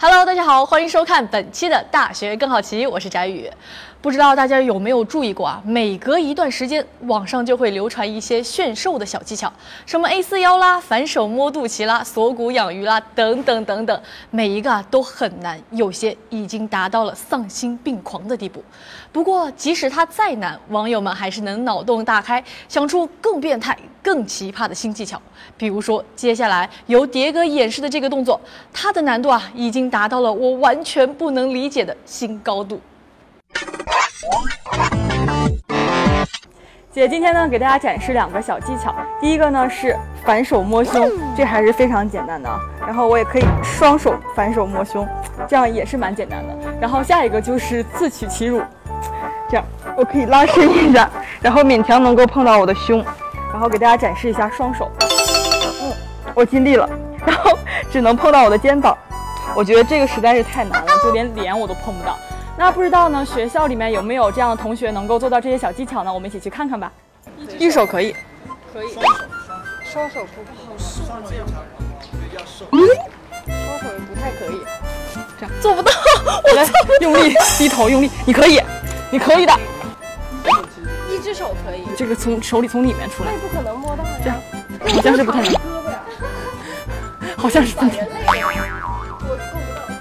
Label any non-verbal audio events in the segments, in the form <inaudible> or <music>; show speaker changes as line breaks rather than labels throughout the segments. Hello，大家好，欢迎收看本期的《大学更好奇》，我是翟宇。不知道大家有没有注意过啊？每隔一段时间，网上就会流传一些炫瘦的小技巧，什么 A 四腰啦、反手摸肚脐啦、锁骨养鱼啦，等等等等，每一个啊都很难，有些已经达到了丧心病狂的地步。不过，即使它再难，网友们还是能脑洞大开，想出更变态、更奇葩的新技巧。比如说，接下来由蝶哥演示的这个动作，它的难度啊已经达到了我完全不能理解的新高度。
姐今天呢，给大家展示两个小技巧。第一个呢是反手摸胸，这还是非常简单的啊。然后我也可以双手反手摸胸，这样也是蛮简单的。然后下一个就是自取其辱，这样我可以拉伸一下，然后勉强能够碰到我的胸。然后给大家展示一下双手，嗯，我尽力了，然后只能碰到我的肩膀。我觉得这个实在是太难了，就连脸我都碰不到。那不知道呢，学校里面有没有这样的同学能够做到这些小技巧呢？我们一起去看看吧。一手可以，
双手不好，双手不太可以。
做不到，
来用力低头用力，你可以，你可以的。
一只手可以，
这个从手里从里面出来，
不可能摸到呀。
好像是不太能，
胳膊呀，
好像是不太。
我够不到，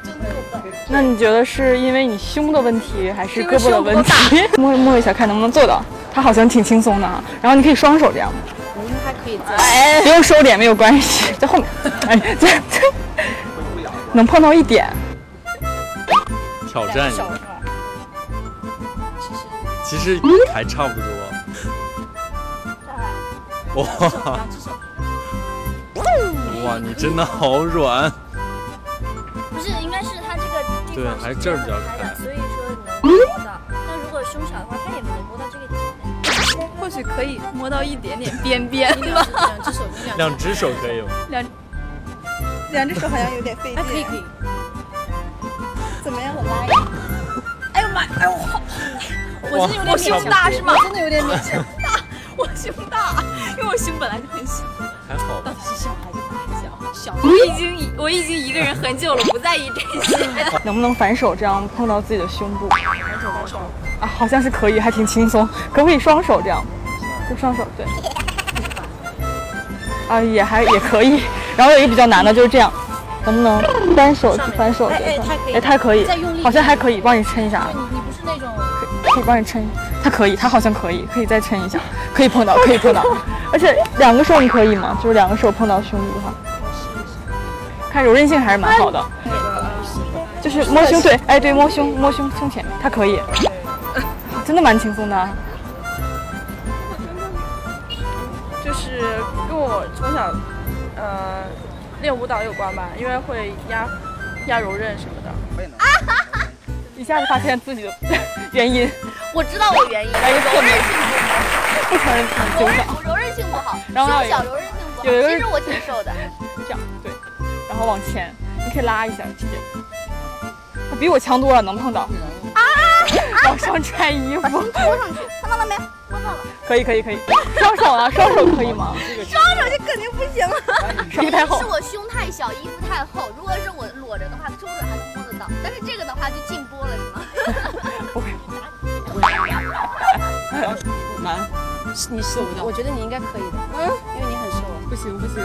真的够不到。
那你觉得是因为你胸的问题，还是胳膊的问题
是？
摸摸一下看能不能做到。它好像挺轻松的啊，然后你可以双手这样，哎
我们还可以做，
不用收脸没有关系，在后面，哎，这这能碰到一点，
挑战一
手
下，
是吧？其实
其实
嗯
还差不多。
嗯
哇
两只手
哇，你真的好软！
不是，应该是它这个地方
对还是这儿比较
开
开
的，所以说
嗯
能摸到。但如果胸小的话，它也能摸到这个地方。
或许可以摸到一点点边边
你
吧
两。只两
<laughs>
只手，你
两只手
两
可以吗？
两只手好像有点费
哎可以
劲，
可以，
怎么样？我拉一下，哎
我真有点
胸大是吗？
真的有点勉强。
<laughs> 我胸大，因为我胸本来就很小。
还好吧？
我已经我已经一个人很久了，不在意这些。
能不能反手这样碰到自己的胸部？啊，好像是可以，还挺轻松。可不可以双手这样？就双手对。啊，也还也可以。然后有一个比较难的就是这样，能不能单手反手？
哎哎
对
它可以
哎，它可以
再用力，
好像还可以，帮你撑一下啊，
你你不是那种
可以帮你撑。它可以，它好像可以，可以再撑一下，可以碰到，可以
<laughs>
碰到。而且两个手你可以吗？就是两个手碰到胸部的话，看柔韧性还是蛮好的。就是摸胸，对，哎，对，摸胸，摸胸胸前，它可以，真的蛮轻松的、啊。
就是跟我从小，呃，练舞蹈有关吧，因为会压压柔韧什么的。
一下子发现自己的原因，
我知道我
<laughs>
原因，
哎，特别不承认自己胸
柔韧
小，
柔韧性不好，
然后
胸小柔韧性不好。
有一个
其实我挺瘦
<laughs>
的，
这样对，然后往前，你可以拉一下，直接。
<laughs>
他比我强多了，能碰到。啊！ <laughs> 往上穿衣服，
摸上去，看到了没？摸到了。
可以可以可以，双手啊，双手可以吗？双手就肯定不行了，手太厚
是。我胸太小，衣服太厚。如果是我裸着的话，抽着还能摸得到，但是这个的话就禁播了，是吗？
你瘦不到，我觉得你应该可以的，嗯，因为你很瘦。
不行不行，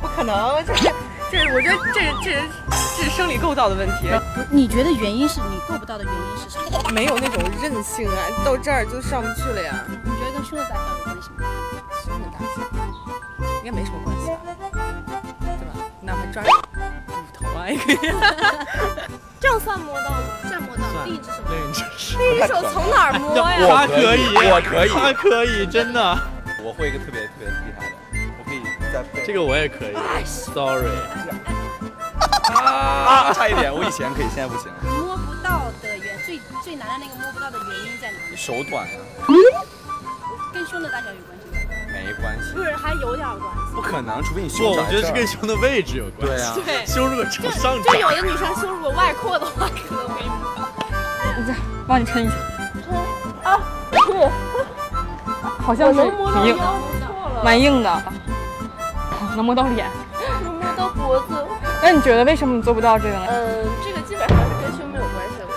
不可能，这是
这我觉得这这这是生理构造的问题，
你觉得原因是你够不到的原因是什么？
没有那种韧性啊，到这儿就上不去了呀。
你觉得跟胸的大小有关系吗？
胸的大小应该没什么关系吧，对吧？哪怕抓乳头啊也可以。
这样算摸到吗？算摸到，
算
另一只手。
另一只手，
另一只手从哪儿
<laughs>
摸呀？
他可以，
我可以
他可以，真的，
我会一个特别特别厉害的，我可以再配
这个我也可以。Sorry，
哎
啊，差一点，我以前可以，现在不行了。
<laughs> 摸不到的原最最难的那个摸不到的原因在哪？
手短啊呀、
跟胸的大小有关系吗？
没关系，
是，还有点关系。
不可能，除非你
不，
胸
我
长
觉得是跟胸的位置有关
对啊
系。
呀、
胸如果朝上长，
的女生胸如果外扩的话，可能会
帮你撑一下。
<laughs>
啊，
哦
对，好像是挺硬，
<laughs> <laughs>
蛮硬的，能摸到脸，那你觉得为什么你做不到这个呢？
嗯，这个基本上是跟胸没有关系的，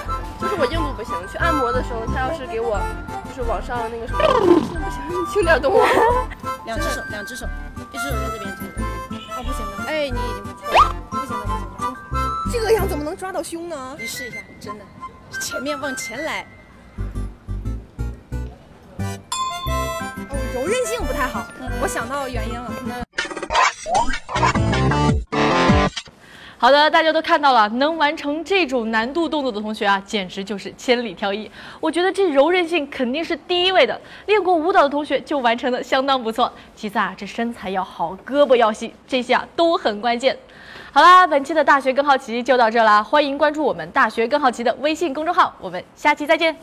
就是我硬度不行。去按摩的时候，他要是给我就是往上那个什么，那不行，你轻点动我。
两只手，两只手，一只手在这边，一只手在这边。哦，不行了，哎，你已经不错了，不行了，不行了，
这个样怎么能抓到胸呢？
你试一下，真的，前面往前来，
哦，柔韧性不太好。我想到原因了，可能
好的，大家都看到了，能完成这种难度动作的同学啊，简直就是千里挑一。我觉得这柔韧性肯定是第一位的，练过舞蹈的同学就完成的相当不错。其次啊，这身材要好，胳膊要细，这些啊都很关键。好啦，本期的大学更好奇就到这啦，欢迎关注我们大学更好奇的微信公众号，我们下期再见。